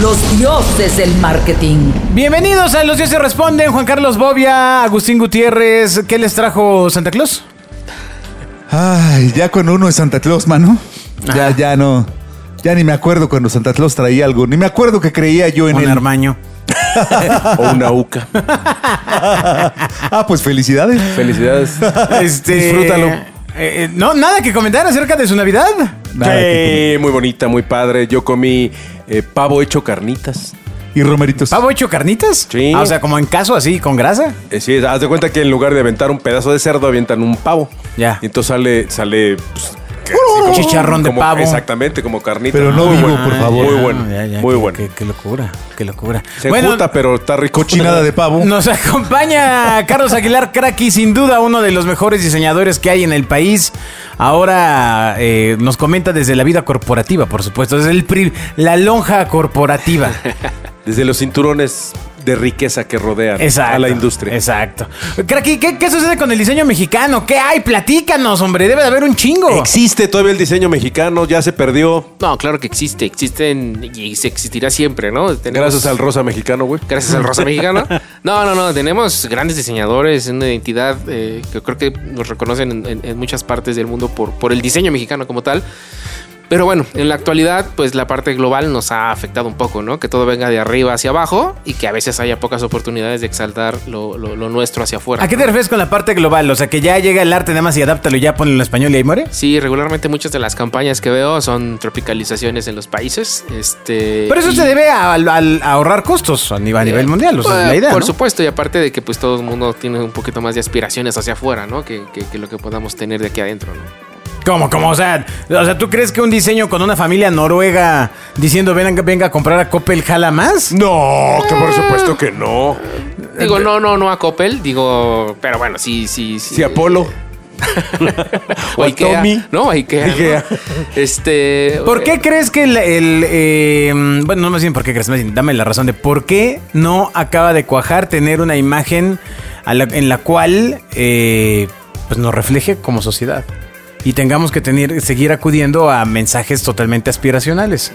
Los dioses del marketing. Bienvenidos a Los Dioses Responden, Juan Carlos Bobia, Agustín Gutiérrez. ¿Qué les trajo Santa Claus? Ay, ya con uno de Santa Claus, mano. Ya, ya no. Ya ni me acuerdo cuando Santa Claus traía algo. Ni me acuerdo que creía yo en Un él. armaño. O una UCA. Ah, pues felicidades. Felicidades. Este, Disfrútalo. eh, eh, no, nada que comentar acerca de su Navidad. Nada que Sí, muy bonita, muy padre. Yo comí eh, pavo hecho carnitas. comer. Y romeritos. ¿Pavo hecho carnitas? Sí. Ah, o sea, como en caso así, con grasa. Eh, sí, haz de cuenta que en lugar de aventar un pedazo de cerdo, avientan un pavo. Ya. Y entonces sale, sale pues, que- Un chicharrón de como- pavo. Exactamente, como carnita. Pero no Muy vivo, bueno. por favor. Muy bueno, muy Ah, qué, bueno. Qué, qué locura, qué locura. Se junta, pero está rico. Cochinada de pavo. Nos acompaña Carlos Aguilar Craqui, sin duda uno de los mejores diseñadores que hay en el país. Ahora eh, nos comenta desde la vida corporativa, por supuesto, desde el pri- la lonja corporativa. Desde los cinturones de riqueza que rodean Exacto. a la industria. Exacto. Craqui, ¿qué, qué sucede con el diseño mexicano? ¿Qué hay? Platícanos, hombre, debe de haber un chingo. Existe todavía el diseño mexicano, ya se perdió. No, claro que existe, existen y se existirá siempre, ¿no? Tenemos- Gracias al rosa mexicano, güey. Gracias al Rosa Mexicano. No, no, no, tenemos grandes diseñadores, una identidad eh, que creo que nos reconocen en, en- en muchas partes del mundo por, por el diseño mexicano como tal. Pero bueno, en la actualidad, pues la parte global nos ha afectado un poco, ¿no? Que todo venga de arriba hacia abajo y que a veces haya pocas oportunidades de exaltar lo, lo- lo nuestro hacia afuera. ¿A qué te refieres con la parte global? O sea, que ya llega el arte nada más y adáptalo y ya ponlo en español y ahí muere. Sí, regularmente muchas de las campañas que veo son tropicalizaciones en los países. Este, Pero eso y- se debe a, al- al- a ahorrar costos a nivel, a nivel mundial, o sea, es Eh, la idea. Por ¿no? supuesto, y aparte de que pues todo el mundo tiene un poquito más de aspiraciones hacia afuera, ¿no? Que, que- que lo que podamos tener de aquí adentro, ¿no? ¿Cómo, cómo? O sea, o sea, ¿tú crees que un diseño con una familia noruega diciendo venga, venga a comprar a Coppel jala más? No, que por supuesto que no. Digo, no, no, no a Coppel, digo, pero bueno, sí, sí, sí. Si Apolo. o o a Ikea, Tommy. No, a Ikea. ¿no? Ikea. Este. ¿Por qué eh, crees que el... el, eh, bueno, no más bien por qué crees, más bien dame la razón de por qué no acaba de cuajar tener una imagen a la- en la cual eh, pues nos refleje como sociedad. Y tengamos que tener, seguir acudiendo a mensajes totalmente aspiracionales.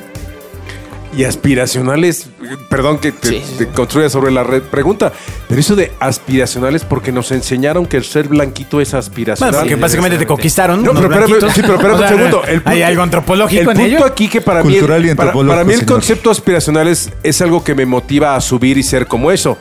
Y aspiracionales, perdón que te, Sí, sí, te construya sobre la red pregunta, pero eso de aspiracionales porque nos enseñaron que el ser blanquito es aspiracional. Bueno, porque básicamente te conquistaron. No, unos pero, pero- blanquitos. sí, pero espérame O sea, un segundo. El ¿Hay punto- algo antropológico el en ello? punto aquí que para Cultural mí, y el- para, antropológico, para mí el señor. concepto aspiracional es, es algo que me motiva a subir y ser como eso.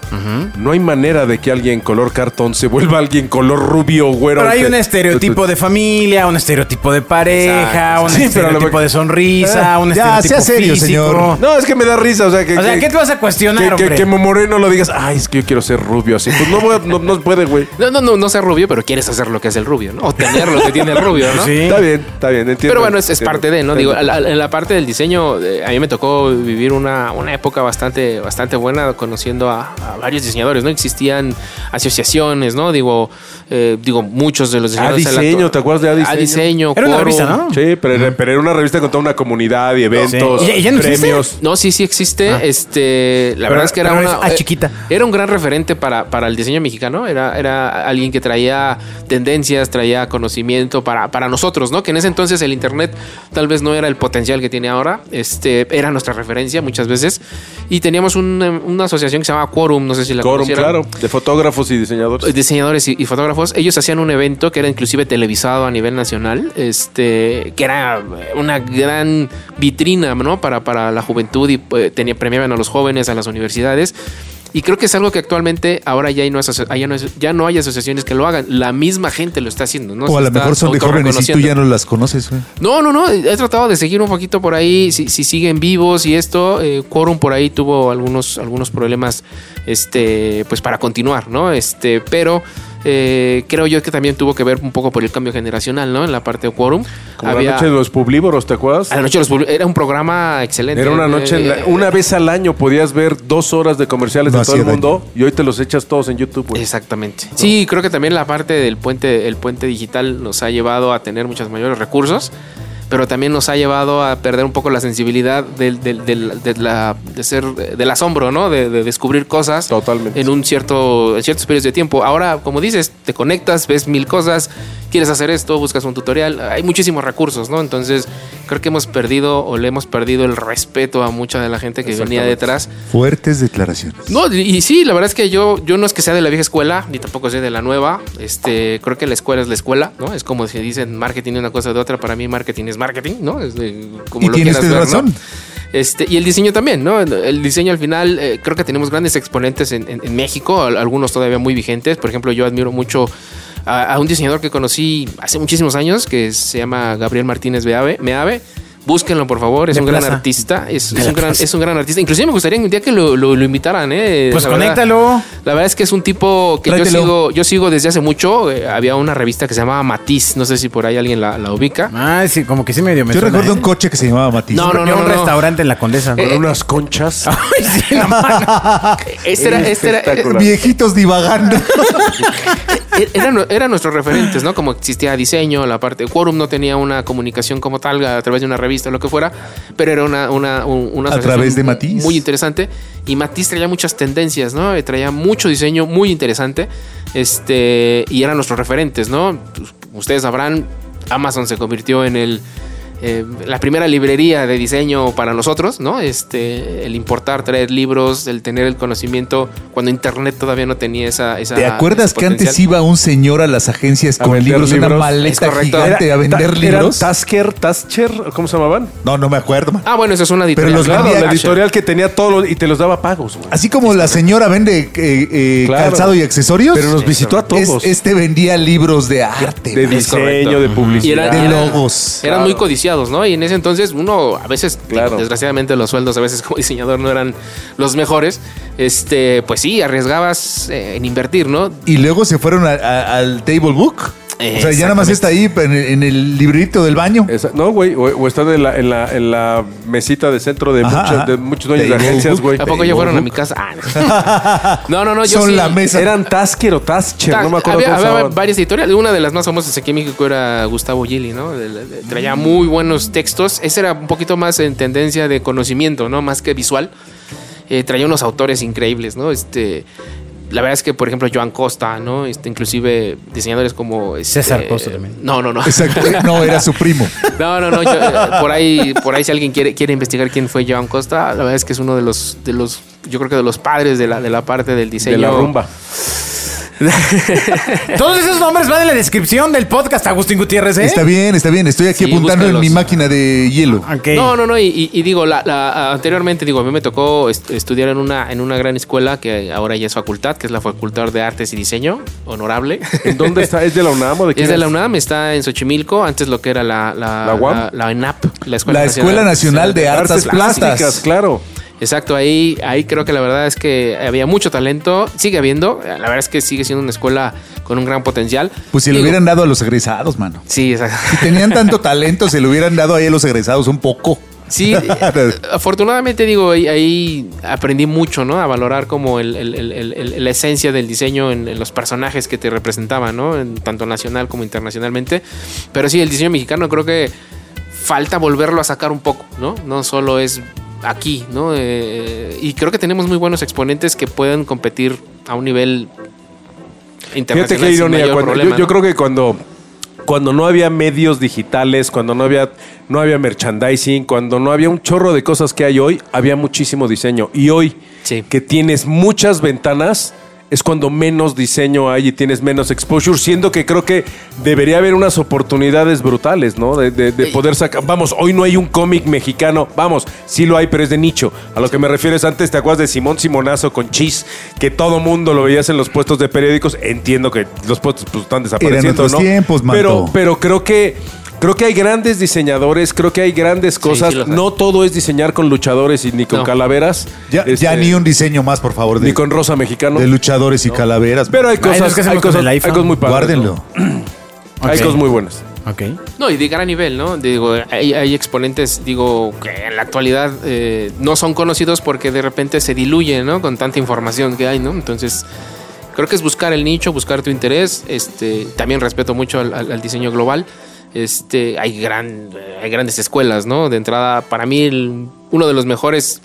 No hay manera de que alguien color cartón se vuelva alguien color rubio, güero. este, Pero hay te- un estereotipo te- de familia, un estereotipo de pareja, Exacto. un Sí, pero lo estereotipo que- de sonrisa, Ah, un ya, estereotipo sea serio, físico. señor. No, es que me da risa, o sea que... O sea, ¿qué te vas a cuestionar, que, que- hombre? que Moreno lo digas, ay, es que yo quiero ser rubio así. Pues no, voy a- no, no puede, güey. No, no, no, no ser rubio, pero quieres hacer lo que es el rubio, ¿no? O tener lo que tiene el rubio, ¿no? Sí. Está bien, está bien, entiendo. Pero bueno, es, es Entiendo. parte de, ¿no? Digo, Entiendo. al- al- en la parte del diseño, eh, a mí me tocó vivir una, una época bastante, bastante buena conociendo a, a varios diseñadores, ¿no? Existían asociaciones, ¿no? Digo, eh, digo muchos de los diseñadores. en la Diseño, actu- ¿te acuerdas de A Diseño? Diseño, Era una Quorum. revista, ¿no? Sí, pero, era- pero era una revista con toda una comunidad y eventos, Sí. ¿Y ya- ya no existe? premios. No, sí, sí existe. Este, Ah. la Pero- verdad es que era pero una es- ah, chiquita. eh, Era un gran referente para, para el diseño mexicano. Era, era alguien que traía tendencias, traía conocimiento para, para nosotros, ¿no? Que en ese entonces el internet tal vez no era el potencial que tiene ahora. Este, era nuestra referencia muchas veces. Y teníamos un, eh, una asociación que se llamaba Quorum, no sé si la Quorum, conocieran. claro, de fotógrafos y diseñadores. eh, Diseñadores y, y fotógrafos, ellos hacían un evento que era inclusive televisado a nivel nacional, este, que era una gran vitrina, ¿no? Para, para la juventud y pues, tenía, premiaban a los jóvenes, a las universidades. Y creo que es algo que actualmente ahora ya, hay no, aso- ya, no, es- ya no hay asociaciones que lo hagan. La misma gente lo está haciendo, o ¿no? a Se lo está mejor son de jóvenes y tú autorreconociendo. ya no las conoces, güey. No, no, no. He tratado de seguir un poquito por ahí. Si, si siguen vivos y esto, eh, Quorum por ahí tuvo algunos, algunos problemas, este, pues para continuar, ¿no? Este, pero eh, creo yo que también tuvo que ver un poco por el cambio generacional, ¿no? En la parte de Quorum. Como la noche de los publívoros, ¿te acuerdas? a la noche de los publi- era un programa excelente. Era una noche, en la- Eh, una vez al año podías ver dos horas de comerciales No de todo el hacía mundo y hoy te los echas todos en YouTube, güey. Exactamente. pues. Sí, creo que también la parte del puente, el puente digital nos ha llevado a tener muchos mayores recursos, pero también nos ha llevado a perder un poco la sensibilidad del, del- del- de la, de ser, del asombro, ¿no? De, de descubrir cosas Totalmente. en un cierto, en ciertos periodos de tiempo. Ahora, como dices, te conectas, ves mil cosas quieres hacer esto, buscas un tutorial. Hay muchísimos recursos, ¿no? Entonces, creo que hemos perdido o le hemos perdido el respeto a mucha de la gente que venía detrás. Fuertes declaraciones. No, y- y sí, la verdad es que yo, yo no es que sea de la vieja escuela, ni tampoco soy de la nueva. Este, creo que la escuela es la escuela, ¿no? Es como si dicen marketing una cosa de otra. Para mí, marketing es marketing, ¿no? Es de- como Y tienes quieras ver, ¿no? razón. Este, y el diseño también, ¿no? El- El diseño al final, eh, creo que tenemos grandes exponentes en, en- en México, al- algunos todavía muy vigentes. Por ejemplo, yo admiro mucho a, a un diseñador que conocí hace muchísimos años, que se llama Gabriel Martínez Meave. Meave. Búsquenlo, por favor, es De un gran plaza. artista. Es, De es la un gran, plaza. es un gran artista. Inclusive me gustaría un día que lo, lo- lo invitaran, ¿eh? Pues La verdad. conéctalo. La verdad es que es un tipo que yo Tráetelo. sigo, yo sigo desde hace mucho. Eh, había una revista que se llamaba Matiz, no sé si por ahí alguien la, la ubica. Ah, sí, como que sí medio me Yo suena, recuerdo ¿eh? un coche que se llamaba Matiz. No, no, Había no, Eh, un no. restaurante en la Condesa. Con unas conchas. Ay, sí, no mames. Este era, este era, Espectacular. Viejitos divagando. Er- eran, eran nuestros referentes, ¿no? Como existía diseño, la parte Quorum no tenía una comunicación como tal a través de una revista o lo que fuera, pero era una, una, un- una A asociación través de mu- Matiz. Muy interesante. Y Matiz traía muchas tendencias, ¿no? Eh, Traía mucho diseño muy interesante. Este, y eran nuestros referentes, ¿no? Pues, Ustedes sabrán, Amazon se convirtió en el. eh, la primera librería de diseño para nosotros, ¿no? Este, el importar, traer libros, el tener el conocimiento cuando Internet todavía no tenía esa. esa ¿Te acuerdas ese que antes potencial? iba un señor a las agencias A con vender libros, una libros. Es maleta correcto. gigante a vender ta- eran libros? Tasker, Tascher, ¿cómo se llamaban? No, no me acuerdo. man. Ah, bueno, eso es una editorial. Pero los Claro, vendía Ah, la La Tascher. editorial que tenía todos los- y te los daba pagos, güey. Así como la señora vende eh, eh, Claro. calzado y accesorios. Pero nos visitó a es- todos. este vendía libros de arte. de man. Es diseño, correcto. de Y publicidad. eran, De y eran- logos. Eran Claro. muy codiciados, ¿no? Y en ese entonces uno a veces, Claro. digo, desgraciadamente los sueldos a veces como diseñador no eran los mejores. Este, pues sí, arriesgabas eh, en invertir, ¿no? Y luego se fueron a- a- al table book. O sea, ya nada más Exactamente. está ahí en el, en el librito del baño. Esa- no, güey, o, o están en la, en, la, en la mesita de centro de, Ajá, muchas- ajá. de muchos dueños de Table agencias, book. güey. ¿A poco ya fueron a mi casa? Ah, no, no, no. Yo Son sí- la mesa. Eran Tasker o Tascher, Ta- no me acuerdo había, cómo se había llamaban. varias editoriales. Una de las más famosas aquí en México era Gustavo Gili, ¿no? De- de- de- traía Mm. muy buenos textos. Ese era un poquito más en tendencia de conocimiento, ¿no? Más que visual. Eh, traía unos autores increíbles, ¿no? Este. La verdad es que, por ejemplo, Joan Costa, ¿no? Este, inclusive diseñadores como. este, César Costa también. No, no, no. Exacto. No, era su primo. No, no, no. yo, eh, por ahí, por ahí, si alguien quiere, quiere investigar quién fue Joan Costa, la verdad es que es uno de los, de los, yo creo que de los padres de la, de la parte del diseño. de la rumba. Todos esos nombres van en la descripción del podcast, Agustín Gutiérrez, ¿eh? Está bien, está bien. Estoy aquí Sí, apuntando en búscalos. mi máquina de hielo. Ok. No, no, no. Y, y- y digo, la, la- anteriormente, digo, a mí me tocó est- estudiar en una, en una gran escuela que ahora ya es facultad, que es la Facultad de Artes y Diseño, honorable. ¿En dónde está? ¿Es de la UNAM o de quién Es de la UNAM, está en Xochimilco, antes lo que era la, la, ¿La UAM? la- la ENAP, la Escuela, La Escuela Nacional de Artes Artes plásticas, Plásticas. claro. Exacto, ahí, ahí creo que la verdad es que había mucho talento, sigue habiendo, la verdad es que sigue siendo una escuela con un gran potencial. Pues si le Digo, hubieran dado a los egresados, mano. Sí, exacto. Si tenían tanto talento, se lo hubieran dado ahí a los egresados un poco. Sí, eh, afortunadamente digo, ahí, ahí aprendí mucho, ¿no? A valorar como el- el- el- el- el- la esencia del diseño en, en los personajes que te representaban, ¿no? En, tanto nacional como internacionalmente. Pero sí, el diseño mexicano creo que falta volverlo a sacar un poco, ¿no? No solo es aquí, ¿no? Eh, y creo que tenemos muy buenos exponentes que pueden competir a un nivel internacional. Fíjate qué sin ironía. mayor cuando- yo, problema, yo ¿no? creo que cuando, cuando no había medios digitales, cuando no había, no había merchandising, cuando no había un chorro de cosas que hay hoy, había muchísimo diseño. Y hoy, Sí. que tienes muchas ventanas, es cuando menos diseño hay y tienes menos exposure, siendo que creo que debería haber unas oportunidades brutales, ¿no? De, de- de Ey. poder sacar. Vamos, hoy no hay un cómic mexicano. Vamos, sí lo hay, pero es de nicho. A lo que me refieres antes, ¿te acuerdas de Simón Simonazo con Chis? Que todo mundo lo veías en los puestos de periódicos. Entiendo que los puestos pues, están desapareciendo, otros ¿no? tiempos, Manto. Pero, pero creo que. Creo que hay grandes diseñadores, creo que hay grandes cosas. sí los hay. no todo es diseñar con luchadores y ni con No. calaveras. Ya, ya Este, ni un diseño más, por favor, de, ni con Rosa Mexicano. de luchadores y calaveras. Pero hay Ay, los cosas, Ah, que hay, hacemos con cosas, el hay iPhone. cosas muy padres. Guárdenlo. ¿no? Hay Ok. cosas muy buenas. Ok. No, y de gran nivel, ¿no? Digo, hay, hay exponentes, digo, que en la actualidad eh, no son conocidos porque de repente se diluyen, ¿no? Con tanta información que hay, ¿no? Entonces, creo que es buscar el nicho, buscar tu interés. Este, también respeto mucho al, al- al diseño global. Este, hay, gran, hay grandes escuelas, ¿no? De entrada, para mí, el- uno de los mejores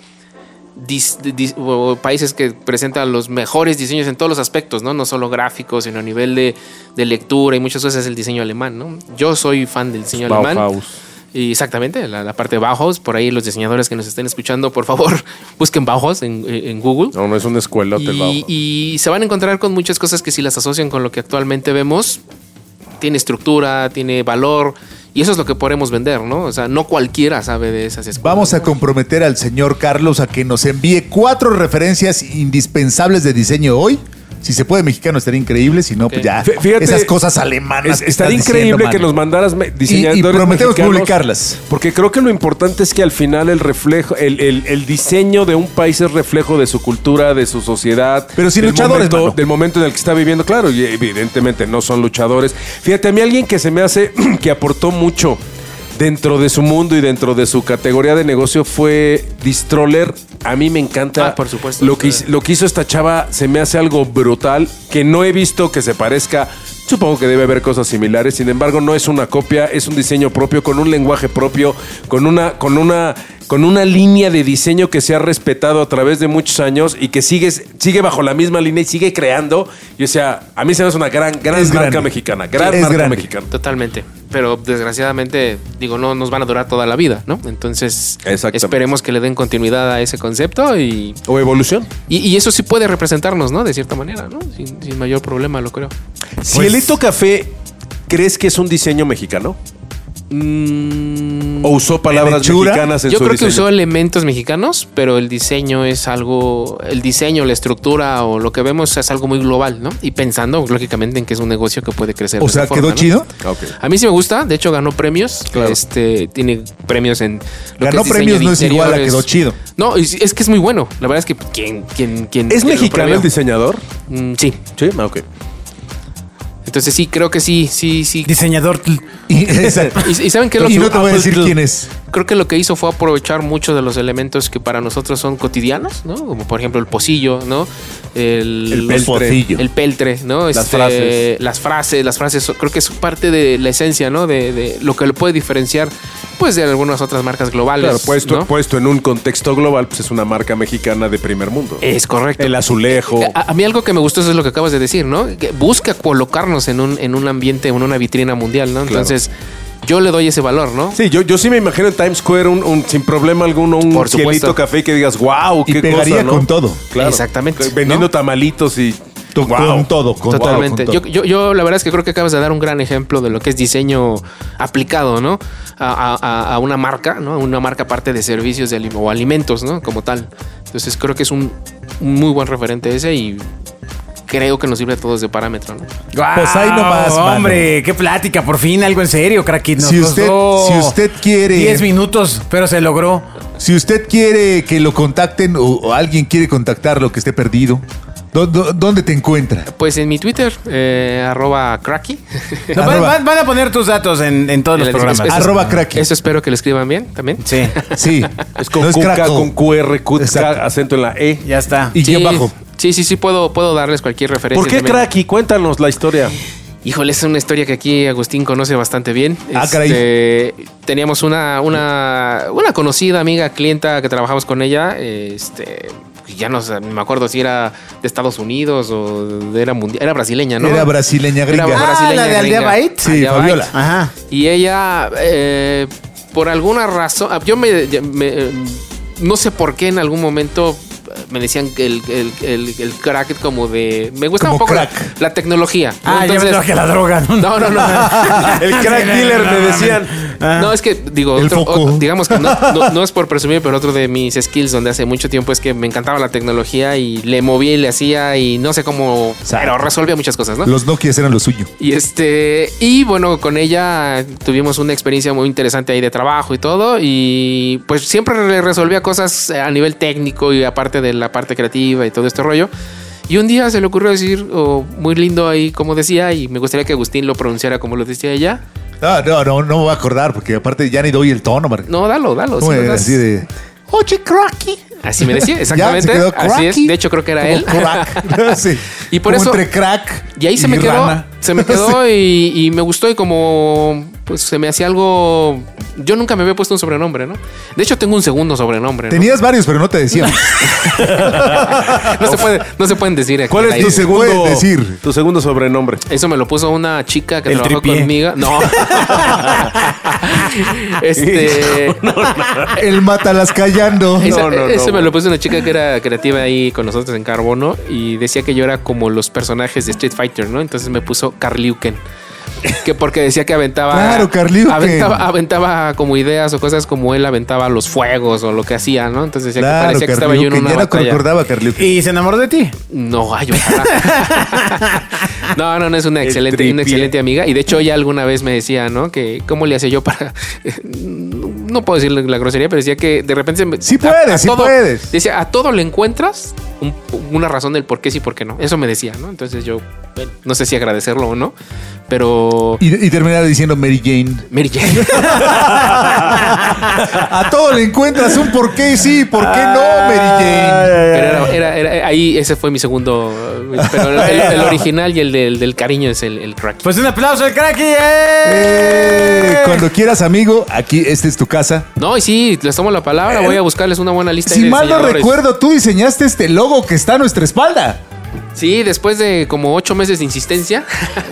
dis- dis- o países que presentan los mejores diseños en todos los aspectos, ¿no? No solo gráficos, sino a nivel de, de lectura y muchas veces el diseño alemán, ¿no? Yo soy fan del diseño alemán. Bauhaus. Y exactamente, la, la parte de Bauhaus, por ahí los diseñadores que nos estén escuchando, por favor, busquen Bauhaus en, en Google. No, no es un escuelote el Bauhaus. Y, y se van a encontrar con muchas cosas que si las asocian con lo que actualmente vemos, tiene estructura, tiene valor, y eso es lo que podemos vender, ¿no? O sea, no cualquiera sabe de esas escuelas. Vamos a comprometer al señor Carlos a que nos envíe cuatro referencias indispensables de diseño hoy. Si se puede mexicano estaría increíble, si no, Ok. pues ya. F- fíjate, esas cosas alemanas. es- que estaría estás increíble diciendo, que mano. nos mandaras me- diseñadores y prometemos mexicanos, publicarlas. Porque creo que lo importante es que al final el reflejo, el, el- el diseño de un país es reflejo de su cultura, de su sociedad. Pero sin del luchadores, momento- mano. Del momento en el que está viviendo, claro, y evidentemente no son luchadores. Fíjate, a mí alguien que se me hace que aportó mucho dentro de su mundo y dentro de su categoría de negocio fue Distroller. A mí me encanta. Ah, por supuesto. Lo que, hice- lo que hizo esta chava se me hace algo brutal que no he visto que se parezca. Supongo que debe haber cosas similares, sin embargo no es una copia, es un diseño propio, con un lenguaje propio, con una, con una, con una línea de diseño que se ha respetado a través de muchos años y que sigue, sigue bajo la misma línea y sigue creando. Y o sea, a mí se me hace una gran, gran Es marca grande. mexicana, gran Es marca grande. mexicana. Totalmente. Pero desgraciadamente, digo, no nos van a durar toda la vida, ¿no? Entonces, Exactamente. esperemos que le den continuidad a ese concepto y, O evolución. y, y eso sí puede representarnos, ¿no? De cierta manera, ¿no? Sin, sin mayor problema, lo creo. Cielito Café, ¿crees que es un diseño mexicano? Mm, ¿O usó palabras hechura? mexicanas en Yo su creo que diseño? usó elementos mexicanos, pero el diseño es algo, el diseño, la estructura o lo que vemos es algo muy global, ¿no? Y pensando, lógicamente, en que es un negocio que puede crecer. O de sea, esa forma, quedó ¿no? chido. Ok. A mí sí me gusta, de hecho ganó premios. Claro. Este, tiene premios en. lo que Ganó es diseño premios, de no es igual a interiores. quedó chido. No, es, es que es muy bueno. La verdad es que quien, quien, quien. ¿Es quien lo mexicano premió? el diseñador? Mm, sí. Sí, ah, ok. Entonces sí, creo que sí, sí, sí. Diseñador. tl- Y, exacto. ¿Y, y saben qué es lo Y que Ah, no pues te voy a Apple- decir quién es. Creo que lo que hizo fue aprovechar muchos de los elementos que para nosotros son cotidianos, ¿no? Como por ejemplo el pocillo, ¿no? El, El los- peltre. el peltre, ¿no? Las Las frases. frases. Las frases, las frases, son- creo que es parte de la esencia, ¿no? De, de lo que lo puede diferenciar, pues, de algunas otras marcas globales. Claro, pues, puesto, Pues, ¿no? puesto en un contexto global, pues es una marca mexicana de primer mundo. Es correcto. Ah, El azulejo. A, a mí algo que me gustó eso es lo que acabas de decir, ¿no? Que busca colocarnos en un, en un ambiente, en una vitrina mundial, ¿no? Claro. Entonces, yo le doy ese valor, ¿no? Sí, yo, yo sí me imagino en Times Square un, un- sin problema alguno, un Por supuesto. cielito café que digas, wow, Y qué pegaría cosa, ¿no?" con todo. Claro. Exactamente, Vendiendo ¿no? tamalitos y. To- wow. Con todo, con Totalmente. todo. con Yo, todo. yo, yo la verdad es que creo que acabas de dar un gran ejemplo de lo que es diseño aplicado, ¿no? A, a- a- a una marca, ¿no? A Una marca aparte de servicios de alim- o alimentos, ¿no? Como tal. Entonces creo que es un, un muy buen referente ese y creo que nos sirve a todos de parámetro, ¿no? ¡Guau! Pues ahí nomás, mano. Hombre, qué plática, por fin, algo en serio, cracky. Nos Si usted- costó si usted quiere- 10 minutos, pero se logró. Si usted quiere que lo contacten o, o alguien quiere contactarlo que esté perdido, ¿dó- dó- ¿dónde te encuentra? Pues en mi Twitter, eh, arroba cracky. No, van, Arroba. van- van a poner tus datos en, en todos En los el- programas. es- Arroba cracky. Eso espero que lo escriban bien también. Sí, Sí. Es con No es QK, craco. con QR, QK, Exacto. acento en la E. ya está. Y Sí, guión bajo. Sí, sí, sí, puedo, puedo darles cualquier referencia. ¿Por qué también. Cracky? Cuéntanos la historia. Híjole, es una historia que aquí Agustín conoce bastante bien. Ah, caray. Este, Teníamos una, una, una conocida amiga, clienta que trabajamos con ella. Este, ya no sé, ni me acuerdo si era de Estados Unidos o de- era mundial, era brasileña, ¿no? Era brasileña gringa. Era Ah, brasileña la de gringa. Aldea Bait. Sí, Aldea Bait. Fabiola. Ajá. Y ella, eh, por alguna razón, ah, yo me, ya- me, eh, no sé por qué en algún momento eh, me decían que el, el, el- el crack como de... Me gusta un Como poco la, crack. la tecnología. ¿no? Ah, ya me Entonces- traje la droga. No, no, no. El crack dealer me decían. No, es que digo, Ah. El otro- foco. otro- digamos que no, no- no es por presumir, pero otro de mis skills donde hace mucho tiempo es que me encantaba la tecnología y le movía y le hacía y no sé cómo, pero resolvía muchas cosas, ¿no? Los Nokias eran lo suyo. Y este, y bueno, con ella tuvimos una experiencia muy interesante ahí de trabajo y todo. Y pues siempre le resolvía cosas a nivel técnico y aparte de la parte creativa y todo este rollo. Y un día se le ocurrió decir, oh, muy lindo ahí, como decía, y me gustaría que Agustín lo pronunciara como lo decía ella. No, no, no, no me voy a acordar porque aparte ya ni doy el tono, Marco. No, dalo, dalo. ¿Cómo sí, era? ¿verdad? Así Pues, de. Oye, cracky. Así me decía, Ya, exactamente. se quedó así es. cracky. De hecho, creo que era Como él. Crack. Sí. Y por Como eso- Entre crack. Y ahí se me quedó. rana. se me quedó y, y me gustó y como pues se me hacía algo... Yo nunca me había puesto un sobrenombre, ¿no? De hecho tengo un segundo sobrenombre. ¿no? Tenías varios, pero no te decían. No, se, puede, no se pueden decir aquí. ¿Cuál es al tu aire. segundo, Puedes decir. tu segundo sobrenombre? Eso me lo puso una chica que El trabajó tripié. conmigo. No. este. El matalas callando. esa- no, no, ese no. me lo puso una chica que era creativa ahí con nosotros en Carbono y decía que yo era como los personajes de Street Fighter, ¿no? Entonces me puso Carliuken. Que porque decía que aventaba. Claro, Carliuken. Aventaba, aventaba como ideas o cosas como él aventaba los fuegos o lo que hacía, ¿no? Entonces decía que Claro, parecía que estaba yo en Carliuken. una Ya no batalla. recordaba, Carliuken. ¿Y se enamoró de ti? No, ay, ojalá. no, no, no, es una El excelente, una tripié. excelente amiga. Y de hecho, ella alguna vez me decía, ¿no? Que cómo le hacía yo para. No puedo decir la grosería, pero decía que de repente. se me- Sí puedes, sí puedes. Decía, a todo le encuentras un- una razón del por qué sí, por qué no. Eso me decía, ¿no? Entonces yo bueno, no sé si agradecerlo o no, pero. Y, y terminaba diciendo Mary Jane. Mary Jane. A todo le encuentras un por qué sí, por qué no, Mary Jane. Pero era, era- era- ahí ese fue mi segundo. Pero el, el- el original y el del, del cariño es el, el crack. Pues un aplauso al cracky. Eh, ¡eh! cuando quieras, amigo, aquí, esta es tu casa. No, y sí, les tomo la palabra. Voy a Eh, buscarles una buena lista. ahí Si de mal no diseñadores. recuerdo, tú diseñaste este logo que está a nuestra espalda. Sí, después de como ocho meses de insistencia.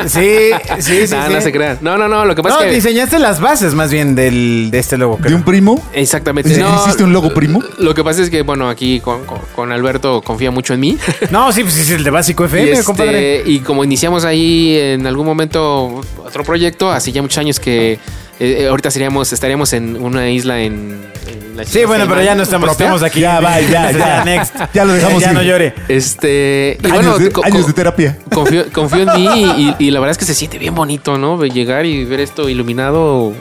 Sí, sí, sí. no, sí. no se crean. No, no, no. Lo que pasa No, es que. diseñaste las bases más bien del, de este logo. creo. ¿De un primo? Exactamente. ¿Hiciste- No, hiciste un logo primo? Lo que pasa es que, bueno, aquí con, con- con Alberto confía mucho en mí. No, sí, pues sí, es el de básico Y, FM, este, compadre. y como iniciamos ahí en algún momento otro proyecto, hace ya muchos años que eh, ahorita seríamos, estaríamos en una isla en. en las Sí, Islas bueno, pero Caimán, ya no estamos, propia. estamos aquí. Ya, va, ya, ya. next. Ya lo dejamos Ya ir. no llore. Este. y años, bueno, de, co- años co- de terapia. confío, confío en mí y, y- y la verdad es que se siente bien bonito, ¿no? Llegar y ver esto iluminado.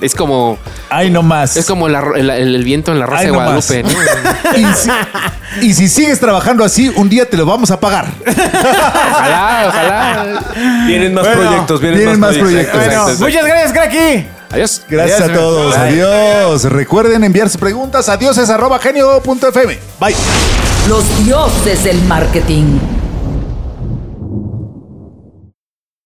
Es como Ay, no más. es como la ro- el, el- el viento en la rosa Ay, de no Guadalupe, más. ¿no? Y si, y si sigues trabajando así, un día te lo vamos a pagar. Ojalá, ojalá. Vienen más Bueno, proyectos, vienen, vienen más más proyectos. proyectos. Exacto, Bueno, exacto. muchas gracias, cracky. Adiós. Gracias Adiós, a todos. amigo. Adiós. Recuerden enviar sus preguntas a dioses arroba genio punto fm. Bye. Los dioses del marketing.